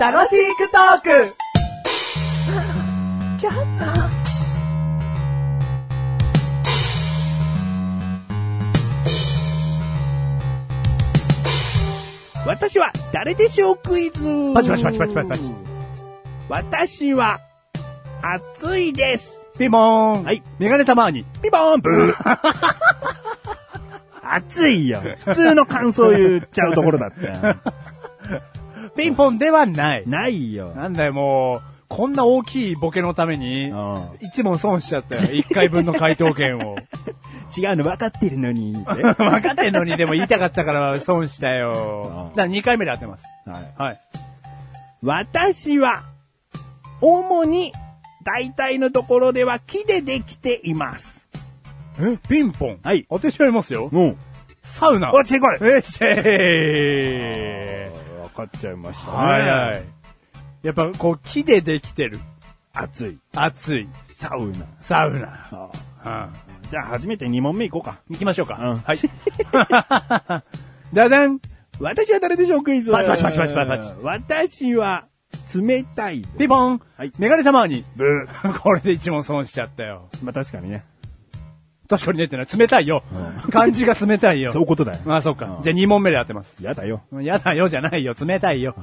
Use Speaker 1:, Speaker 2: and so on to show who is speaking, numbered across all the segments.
Speaker 1: 楽しくトーク
Speaker 2: 私は誰でしょうクイズ
Speaker 3: パチパチパチパチパチパチ。
Speaker 2: 私は、暑いです。
Speaker 3: ピンポーン。
Speaker 2: はい。
Speaker 3: メガネたまーに。
Speaker 2: ピボーンブー暑いよ。普通の感想言っちゃうところだったよ。
Speaker 3: ピンポンではない。
Speaker 2: ないよ。
Speaker 3: なんだよ、もう、こんな大きいボケのために、
Speaker 2: うん
Speaker 3: 一問損しちゃったよ。一回分の回答権 を。
Speaker 2: 違うの分かってるのにって。
Speaker 3: 分かってんのに、でも言いたかったから損したよ
Speaker 2: う。ん
Speaker 3: だから2回目で当てます。
Speaker 2: はい
Speaker 3: はい。
Speaker 2: 私は、主に、大体のところでは木でできています。
Speaker 3: え、ピンポン
Speaker 2: はい
Speaker 3: 当てちゃいますよ。
Speaker 2: うん。
Speaker 3: サウナ。
Speaker 2: お、違うこれ。
Speaker 3: えっしえ
Speaker 2: 分かっちゃいました
Speaker 3: ー
Speaker 2: ね。
Speaker 3: はいはい。やっぱ、こう、木でできてる。
Speaker 2: 暑い。
Speaker 3: 暑い。
Speaker 2: サウナ。
Speaker 3: サウナ。
Speaker 2: あ
Speaker 3: うん。
Speaker 2: ーじゃあ、初めて2問目いこうか。
Speaker 3: 行きましょうか。
Speaker 2: うん
Speaker 3: はい。 ダダン。
Speaker 2: 私は誰でしょうクイズ
Speaker 3: パチパチパチパチパチパチ
Speaker 2: 私は、冷たい。
Speaker 3: ピンポン。
Speaker 2: はい
Speaker 3: メガネたまに。
Speaker 2: ブー。
Speaker 3: これで一問損しちゃったよ。
Speaker 2: まあ確かにね。
Speaker 3: 確かにねってのは冷たいよ。漢字が冷たいよ。
Speaker 2: そういうことだよ。
Speaker 3: あ、そうか
Speaker 2: う。ん
Speaker 3: じゃあ2問目で当てます。
Speaker 2: やだよ。
Speaker 3: やだよじゃないよ。冷たいよ。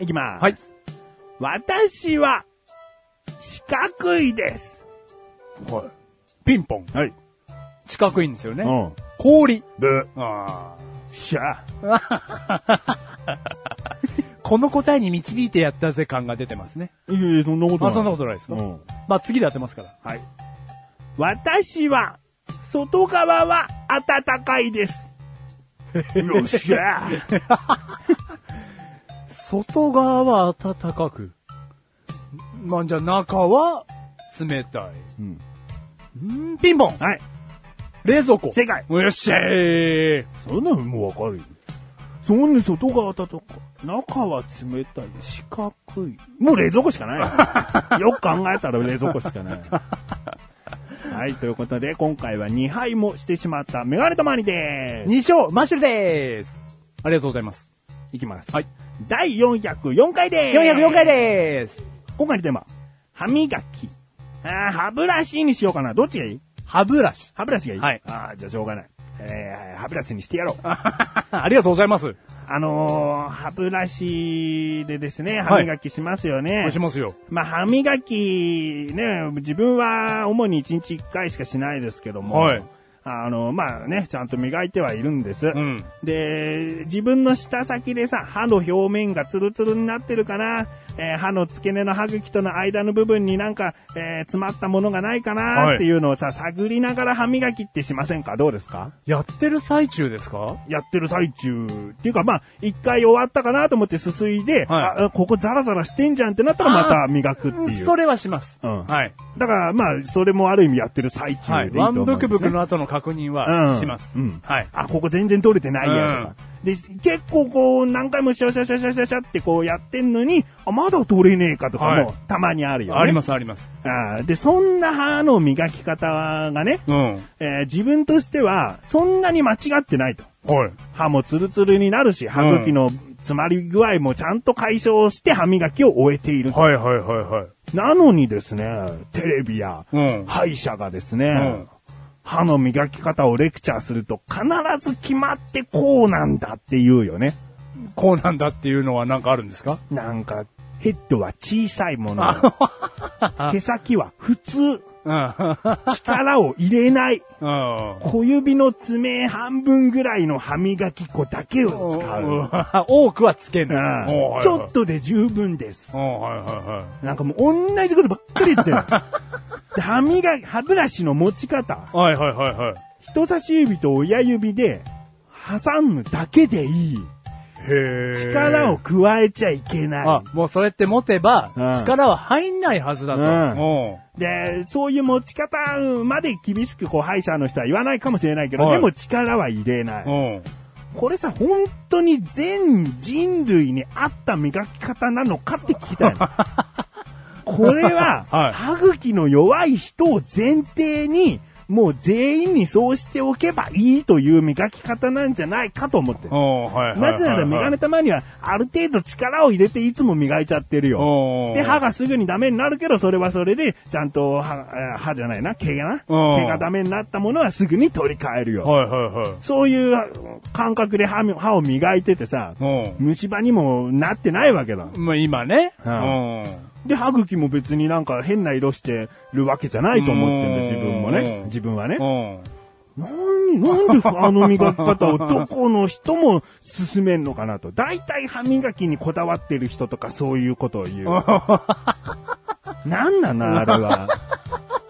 Speaker 2: いきます。
Speaker 3: はい。。
Speaker 2: 私は、四角いです。は
Speaker 3: ピンポン。
Speaker 2: い。はい。
Speaker 3: 四角いんですよね。
Speaker 2: うん。
Speaker 3: 氷。
Speaker 2: ブー。
Speaker 3: あ
Speaker 2: しゃ
Speaker 3: ーこの答えに導いてやったぜ感が出てますね。
Speaker 2: あ。いやいや、そんなことない。
Speaker 3: あ、そんなことないですか。
Speaker 2: うん。
Speaker 3: まあ次で当てますから。
Speaker 2: はい。私は、外側は暖か いです。よっしゃ
Speaker 3: 外側は暖かく。まあじゃあ中は冷たい。
Speaker 2: うん。
Speaker 3: んーピンポン
Speaker 2: はい。
Speaker 3: 冷蔵庫
Speaker 2: 正解
Speaker 3: よっしゃー
Speaker 2: そんなのもうわかるよ。そんな外側だとか、中は冷たい、四角い。もう冷蔵庫しかないよ。よく考えたら冷蔵庫しかない。はい、ということで、今回は2敗もしてしまったメガネとマニでーす。
Speaker 3: !2 勝マッシュルでーすありがとうございます。
Speaker 2: いきます。
Speaker 3: はい。
Speaker 2: 第404回でーす。
Speaker 3: 404回でーす
Speaker 2: 今回のテーマ、歯磨き。あー歯ブラシにしようかな。どっちがいい
Speaker 3: 歯ブラ シ。
Speaker 2: 歯ブラシがいい。
Speaker 3: はい
Speaker 2: あーじゃあしょうがない。えー、歯ブラシにしてやろう。
Speaker 3: ありがとうございます。
Speaker 2: あのー、歯ブラシでですね、歯磨きしますよね。
Speaker 3: しますよ。
Speaker 2: まあ、歯磨き、ね、自分は主に1日1回しかしないですけども、
Speaker 3: はい
Speaker 2: あの、まあね、ちゃんと磨いてはいるんです。
Speaker 3: ん
Speaker 2: で、自分の舌先でさ、歯の表面がツルツルになってるかな、えー歯の付け根の歯茎との間の部分になんか、えー詰まったものがないか
Speaker 3: は
Speaker 2: ないっていうのをさ、探りながら歯磨きってしませんかどうですか
Speaker 3: やってる最中ですか
Speaker 2: やってる最中。っていうか、まあ、一回終わったかなと思ってすすいで、
Speaker 3: はい
Speaker 2: ああここザラザラしてんじゃんってなったらまた磨くっていう。
Speaker 3: それはします。
Speaker 2: うん
Speaker 3: はい。
Speaker 2: だから、まあ、それもある意味やってる最中
Speaker 3: は
Speaker 2: でい
Speaker 3: い。
Speaker 2: いと
Speaker 3: ワン
Speaker 2: 思うんです、ね。
Speaker 3: ブクブクの後の確認
Speaker 2: う
Speaker 3: は
Speaker 2: ん
Speaker 3: します
Speaker 2: うん。
Speaker 3: はい。
Speaker 2: あ、ここ全然取れてないやとか。で、結構こう、何回もシャシャシャシャシャシャってこうやってんのに、あ、まだ取れねえかとか
Speaker 3: はい
Speaker 2: も、たまにあるよね。
Speaker 3: ありますあります。
Speaker 2: あーで、そんな歯の磨き方がね、
Speaker 3: うん。
Speaker 2: えー自分としては、そんなに間違ってないと。
Speaker 3: はい。
Speaker 2: 歯もツルツルになるし、歯茎の詰まり具合もちゃんと解消して歯磨きを終えている。
Speaker 3: はいはいはいはい。
Speaker 2: なのにですね、テレビや
Speaker 3: うん
Speaker 2: 歯医者がですね、
Speaker 3: ん
Speaker 2: 歯の磨き方をレクチャーすると必ず決まってこうなんだって言うよね。
Speaker 3: こうなんだっていうのはなんかあるんですか
Speaker 2: なんか、ヘッドは小さいもの、毛先は普通、
Speaker 3: うん。
Speaker 2: 力を入れない、
Speaker 3: うん。
Speaker 2: 小指の爪半分ぐらいの歯磨き粉だけを使う。うん
Speaker 3: 多くはつけない。
Speaker 2: ちょっとで十分です。
Speaker 3: と。はいは
Speaker 2: なんかもう同じことばっかり 言ってる。で歯磨き、歯ブラシの持ち方。
Speaker 3: いはい。はいはいはいはい。
Speaker 2: 人差し指と親指で挟むだけでいい。
Speaker 3: へえ。
Speaker 2: 力を加えちゃいけ
Speaker 3: あ、
Speaker 2: な
Speaker 3: もうそれって持てば、
Speaker 2: うん
Speaker 3: 力は入んないはずだと。
Speaker 2: うん
Speaker 3: お
Speaker 2: い。で、そういう持ち方まで厳しくこう歯医者の人は言わないかもしれないけど、
Speaker 3: はい
Speaker 2: でも力は入れな
Speaker 3: う
Speaker 2: い。
Speaker 3: ん。うん。
Speaker 2: これさ、本当に全人類に合った磨き方なのかって聞きた いの。これは、
Speaker 3: はい
Speaker 2: 歯茎の弱い人を前提に、もう全員にそうしておけばいいという磨き方なんじゃないかと思ってる。
Speaker 3: おーはいはいはいはい。
Speaker 2: なぜならメガネたまにはある程度力を入れていつも磨いちゃってるよ。
Speaker 3: おー
Speaker 2: で、歯がすぐにダメになるけど、それはそれで、ちゃんと歯、あ歯じゃないな、毛がな。
Speaker 3: うん
Speaker 2: 毛がダメになったものはすぐに取り替えるよ。
Speaker 3: はいはいはい。
Speaker 2: そういう感覚で歯み歯を磨いててさ、
Speaker 3: う
Speaker 2: 虫歯にもなってないわけだ。
Speaker 3: ん。まあ今ね。
Speaker 2: う
Speaker 3: うん。
Speaker 2: で、歯茎も別になんか変な色してるわけじゃないと思ってる自分も
Speaker 3: う
Speaker 2: ね
Speaker 3: ん。
Speaker 2: 自分はね。
Speaker 3: うん。
Speaker 2: なんなんであの磨き方をどこの人も勧めんのかなと。大体歯磨きにこだわってる人とかそういうことを言う。なんなのあれは。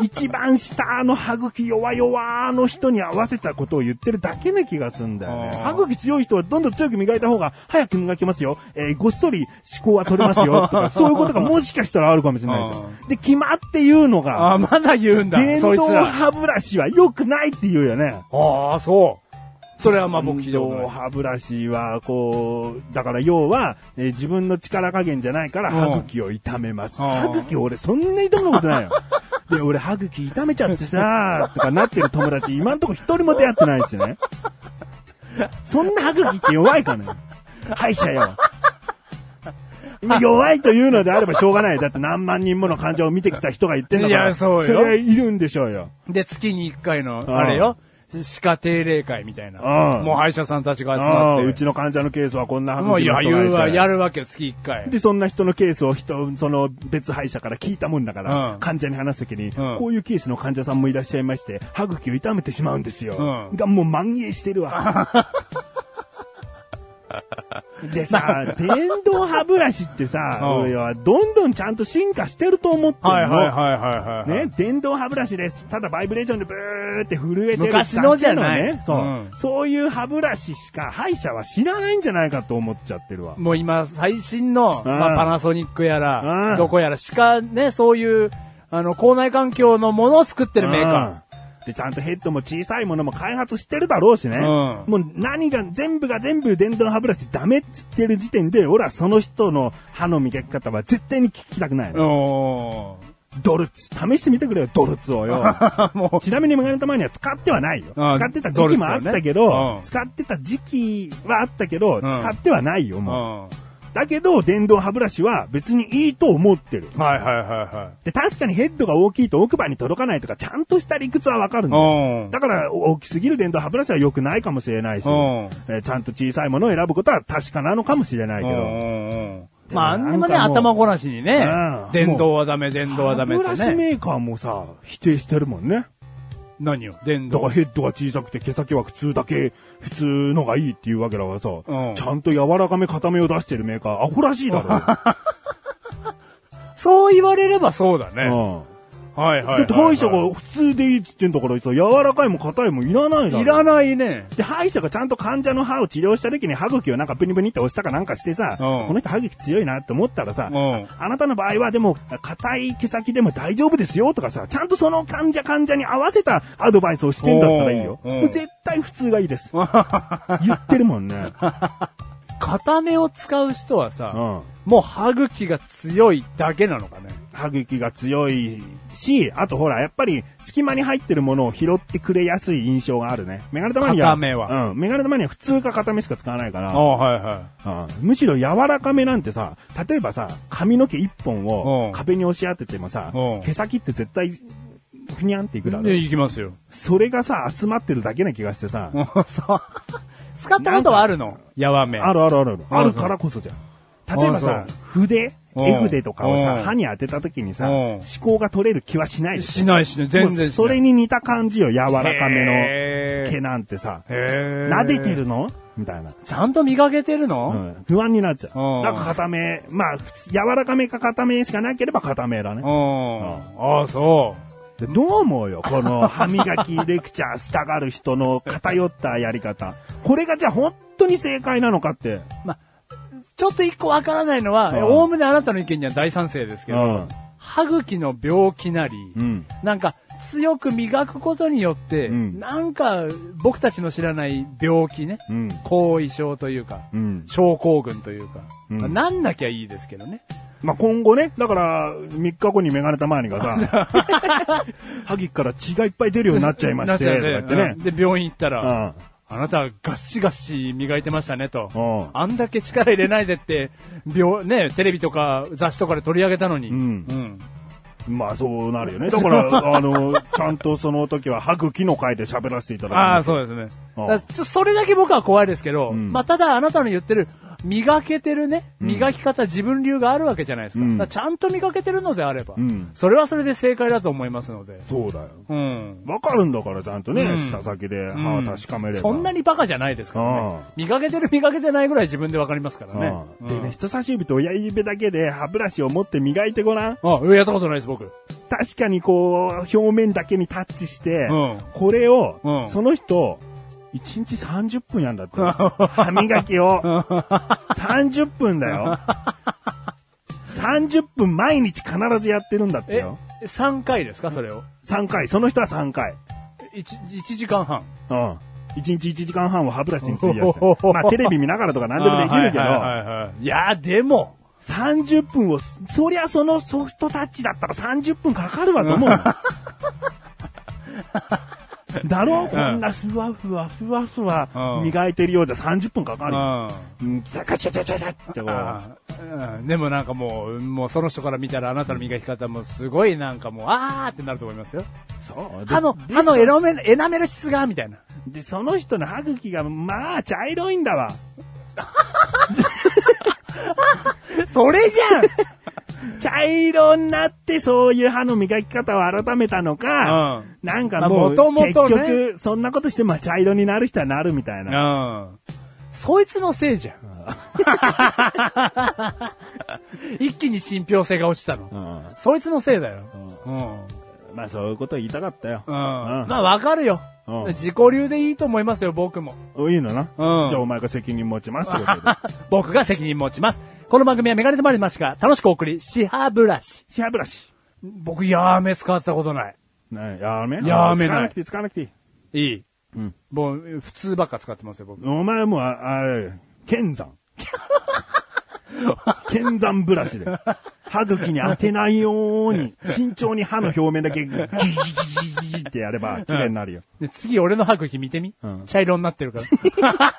Speaker 2: 一番下の歯茎弱々の人に合わせたことを言ってるだけな気がすんだよね。
Speaker 3: あー
Speaker 2: 歯茎強い人はどんどん強く磨いた方が早く磨けますよ。えーごっそり思考は取れま すよ。とか、そういうことがもしかしたらあるかもしれないですよ。で、決まって言うのが、
Speaker 3: あ、まだ言うんだ。
Speaker 2: 電
Speaker 3: そいつ
Speaker 2: 動
Speaker 3: ら。
Speaker 2: 歯ブラシは良くないって言うよね。
Speaker 3: ああ、そう。それはまあ僕聞い
Speaker 2: 電
Speaker 3: たことな
Speaker 2: 動
Speaker 3: い。
Speaker 2: 歯ブラシは、こう、だから要は、えー自分の力加減じゃないから
Speaker 3: うん
Speaker 2: 歯茎を痛めます。
Speaker 3: うん
Speaker 2: 歯茎俺そんな痛むことな いよ。で、俺歯茎痛めちゃってさ、とかなってる友達今んとこ一人も出会ってないですよね。そんな歯茎って弱いかね歯医者よ。今弱いというのであればしょうがない。だって何万人もの患者を見てきた人が言ってんだから。
Speaker 3: いやそうよ
Speaker 2: れはいるんでしょうよ。
Speaker 3: で、月に一回の、
Speaker 2: ん
Speaker 3: あれよ。歯科定例会みたいな。
Speaker 2: うん
Speaker 3: もう歯医者さんたちが集
Speaker 2: あ
Speaker 3: ま
Speaker 2: あ
Speaker 3: って。
Speaker 2: うちの患者のケースはこんな
Speaker 3: もう
Speaker 2: 話
Speaker 3: 余裕はやるわけよ、月一回。
Speaker 2: で、そんな人のケースを人、その別歯医者から聞いたもんだから、
Speaker 3: うん
Speaker 2: 患者に話すときに、
Speaker 3: ん
Speaker 2: こういうケースの患者さんもいらっしゃいまして、歯茎を痛めてしまうんですよ。
Speaker 3: うん
Speaker 2: が、もう蔓延して るわ。でさ、電動歯ブラシってさ、
Speaker 3: うん
Speaker 2: 俺はどんどんちゃんと進化してると思ってるの。
Speaker 3: はいはいはいはいはい。
Speaker 2: ね、電動歯ブラシです。ただバイブレーションでブーって震えてる
Speaker 3: 昔のじゃない
Speaker 2: だけの
Speaker 3: う
Speaker 2: ね
Speaker 3: ん
Speaker 2: そう。そういう歯ブラシしか歯医者は知らないんじゃないかと思っちゃってるわ。
Speaker 3: もう今、最新の、まあ、パナソニックや
Speaker 2: う
Speaker 3: ら
Speaker 2: ん、
Speaker 3: どこやら、しかね、そういう、あの、校内環境のものを作ってるメーカ
Speaker 2: うんで、ちゃんとヘッドも小さいものも開発してるだろうしね。
Speaker 3: うん
Speaker 2: もう何が、全部が全部電動歯ブラシダメっつってる時点で、俺はその人の歯の磨き方は絶対に聞きたくない
Speaker 3: ー。
Speaker 2: の。
Speaker 3: お
Speaker 2: ドルツ。試してみてくれよ、ドルツ をよ。
Speaker 3: ーも
Speaker 2: ちなみにメガネたまには使ってはないよ。
Speaker 3: ああ
Speaker 2: 使ってた時期もあったけど、
Speaker 3: ドルツはねうん
Speaker 2: 使ってた時期はあったけど、
Speaker 3: ん
Speaker 2: 使ってはないよ、
Speaker 3: う、うん。
Speaker 2: もう。
Speaker 3: は
Speaker 2: だけど、電動歯ブラシは別にいいと思ってる
Speaker 3: い。はいはいはい。
Speaker 2: で、確かにヘッドが大きいと奥歯に届かないとか、ちゃんとした理屈はわかるんだよ。
Speaker 3: うん。
Speaker 2: だから、お大きすぎる電動歯ブラシは良くないかもしれないし、
Speaker 3: うん
Speaker 2: えーちゃんと小さいものを選ぶことは確かなのかもしれないけど、
Speaker 3: まあ、あんまね、
Speaker 2: なんかもう
Speaker 3: 頭ごなしにね
Speaker 2: うん、
Speaker 3: 電動はダメ、電動は
Speaker 2: 歯
Speaker 3: ダメっ
Speaker 2: ブラシ
Speaker 3: てね。
Speaker 2: メーカーもさ、否定してるもんね。
Speaker 3: 何よ、電
Speaker 2: だか
Speaker 3: 動
Speaker 2: ら。ヘッドが小さくて毛先は普通だけ、普通のがいいっていうわけだからさ、
Speaker 3: うん
Speaker 2: ちゃんと柔らかめ固めを出してるメーカー、アホらしいだろ。
Speaker 3: そう言われればそうだ
Speaker 2: う
Speaker 3: ね。
Speaker 2: ん。
Speaker 3: はいはいはいはい。
Speaker 2: だって歯医者が普通でいいっつってんだからさ、柔らかいも硬いもいらないだろ。
Speaker 3: いらないね。
Speaker 2: で、歯医者がちゃんと患者の歯を治療した時に歯茎をなんかブニブニって押したかなんかしてさ、
Speaker 3: うん
Speaker 2: この人歯茎強いなって思ったらさ、
Speaker 3: うん
Speaker 2: あなたの場合はでも、硬い毛先でも大丈夫ですよとかさ、ちゃんとその患者患者に合わせたアドバイスをしてんだったらいいよ。
Speaker 3: うんうん
Speaker 2: もう絶対普通がいいです。言ってるもん ね。
Speaker 3: 片目を使う人は
Speaker 2: う
Speaker 3: さ、
Speaker 2: ん。
Speaker 3: もう歯茎が強いだけなのかね。
Speaker 2: 歯茎が強いし、あとほら、やっぱり隙間に入ってるものを拾ってくれやすい印象があるね。メガネ玉には。
Speaker 3: 硬めは
Speaker 2: うん。メガネ玉には普通か硬めしか使わないから。
Speaker 3: ああ、はいは
Speaker 2: うんむしろ柔らかめなんてさ、例えばさ、髪の毛一本
Speaker 3: う
Speaker 2: を
Speaker 3: ん
Speaker 2: 壁に押し当ててもさ
Speaker 3: うん、
Speaker 2: 毛先って絶対、ふにゃんっていくだ
Speaker 3: い。で、
Speaker 2: ろ。
Speaker 3: 行きますよ。
Speaker 2: それがさ、集まってるだけな気がしてさ、
Speaker 3: もうそう。使ったことはあるのやわめ。
Speaker 2: あるあるあるある。
Speaker 3: うん
Speaker 2: あるからこそじゃん。例えばさ
Speaker 3: あ、
Speaker 2: 筆、
Speaker 3: うん
Speaker 2: 絵筆とかを
Speaker 3: う
Speaker 2: さ、
Speaker 3: ん
Speaker 2: 歯に当てた時にさ、
Speaker 3: うん
Speaker 2: 思考が取れる気はしないでしょ
Speaker 3: しないしね、全然しな
Speaker 2: もう
Speaker 3: い。
Speaker 2: それに似た感じよ、柔らかめの毛
Speaker 3: へ
Speaker 2: なんてさ、
Speaker 3: え。
Speaker 2: 撫でてるのみたいな。
Speaker 3: ちゃんと磨けてる
Speaker 2: う
Speaker 3: の
Speaker 2: ん不安になっちゃ
Speaker 3: う
Speaker 2: う。
Speaker 3: ん
Speaker 2: だから固め、まあ、普通柔らかめか固めしかなければ固めだね
Speaker 3: う。ん。ああ、そう。
Speaker 2: でどう思うよこ の歯磨きレクチャーしたがる人の偏ったやり方。これがじゃあ本当に正解なのかって。
Speaker 3: ちょっと一個わからないのは、
Speaker 2: うん
Speaker 3: おおむねあなたの意見には大賛成ですけ
Speaker 2: う
Speaker 3: ど、
Speaker 2: ん。
Speaker 3: 歯茎の病気なり、
Speaker 2: うん。
Speaker 3: なんか強く磨くことによって、
Speaker 2: うん
Speaker 3: なんか僕たちの知らない病気ね、
Speaker 2: うん。
Speaker 3: 後遺症というか、
Speaker 2: うん。
Speaker 3: 症候群というか、
Speaker 2: うん
Speaker 3: まあなんなきゃいいですけどね。
Speaker 2: まあ、今後ね、だから、3日後にメガネたまわりが さ、萩から血がいっぱい出るようになっちゃいまして、とか言ってね。
Speaker 3: で、病院行った
Speaker 2: う
Speaker 3: ら、
Speaker 2: ん。
Speaker 3: あなたガッシガッシ磨いてましたねと。
Speaker 2: うん
Speaker 3: あんだけ力入れないでって、病、ね、テレビとか雑誌とかで取り上げたのに。
Speaker 2: うん
Speaker 3: うん。
Speaker 2: まあ、そうなるよね。だから、あの、ちゃんとその時は萩木の会で喋らせていただきました
Speaker 3: ああ、そうですね。
Speaker 2: うん
Speaker 3: だからちょそれだけ僕は怖いですけど、
Speaker 2: うん
Speaker 3: まあ、ただあなたの言ってる、磨けてるね、磨き方、自分流があるわけじゃないですか。
Speaker 2: うん
Speaker 3: だからちゃんと磨けてるのであれば、
Speaker 2: うん
Speaker 3: それはそれで正解だと思いますので。
Speaker 2: そうだよ。
Speaker 3: うん。
Speaker 2: わかるんだから、ちゃんとね、
Speaker 3: うん
Speaker 2: 下先で歯を確かめれば。
Speaker 3: そんなにバカじゃないですからね。磨けてる磨けてないぐらい自分でわかりますからね。
Speaker 2: うんで
Speaker 3: うん
Speaker 2: ね、人差し指と親指だけで歯ブラシを持って磨いてごらん。
Speaker 3: あ、やったことないです、僕。
Speaker 2: 確かにこう、表面だけにタッチして、
Speaker 3: うん
Speaker 2: これを、
Speaker 3: うん
Speaker 2: その人、1日30分や んだって。歯磨きを。30分だよ。30分毎日必ずやってるんだって
Speaker 3: え
Speaker 2: よ。、
Speaker 3: 3回ですか、それを。
Speaker 2: 3回。その人は3回。
Speaker 3: 1, 時間半。
Speaker 2: うん。1日1時間半を歯ブラシに費や す。
Speaker 3: お
Speaker 2: まあテレビ見ながらとか何でもできるけど、
Speaker 3: あはいはいはいはいいや、でも、
Speaker 2: 30分を、そりゃそのソフトタッチだったら30分かかるわと 思うの。だろこんなふわふわふわふわ
Speaker 3: うん
Speaker 2: 磨いてるようじゃ30分かか
Speaker 3: う
Speaker 2: るよ。
Speaker 3: ん。
Speaker 2: うん、ガチャガチャガチャってこう。
Speaker 3: ああうんでもなんかもう、もうその人から見たらあなたの磨き方もすごいなんかもう、あーってなると思いますよ。
Speaker 2: そう。で
Speaker 3: 歯の、歯のエナメル、エナメル質が、みたいな。
Speaker 2: で、その人の歯茎が、まあ、茶色いんだわ。
Speaker 3: それじゃん
Speaker 2: 茶色になって、そういう歯の磨き方を改めたのか、
Speaker 3: うん
Speaker 2: なんかもう、
Speaker 3: まあ元々ね
Speaker 2: 結局、そんなことして、まあ、茶色になる人はなるみたいな。
Speaker 3: うん。そいつのせい じゃん。一気に信憑性が落ちたの。
Speaker 2: うん
Speaker 3: そいつのせいだよ。うん。うん。
Speaker 2: まあ、そういうこと言いたかったよ。
Speaker 3: まあわかるよ
Speaker 2: うん。
Speaker 3: 自己流でいいと思いますよ、僕も。
Speaker 2: うん。いいのな。
Speaker 3: うん
Speaker 2: じゃあ、お前が責任持ちますってことで。
Speaker 3: 僕が責任持ちます。この番組はメガネとまりましが楽しくお送り、シハブラシ。
Speaker 2: シ歯ブラシ。
Speaker 3: 僕、やーめ使ったことない。
Speaker 2: ねやめ。
Speaker 3: やめ
Speaker 2: 使わ
Speaker 3: ない
Speaker 2: なくていい、使わなくていい。
Speaker 3: いい。
Speaker 2: うん。
Speaker 3: もう、普通ばっか使ってますよ、僕。
Speaker 2: お前もう、あ、あれ、剣山。剣山ブラシで。歯茎に当てないように、慎重に歯の表面だけギギギギギギってやれば、綺麗になるよ。
Speaker 3: で次、俺の歯茎見てみ、
Speaker 2: うん
Speaker 3: 茶色になってるから。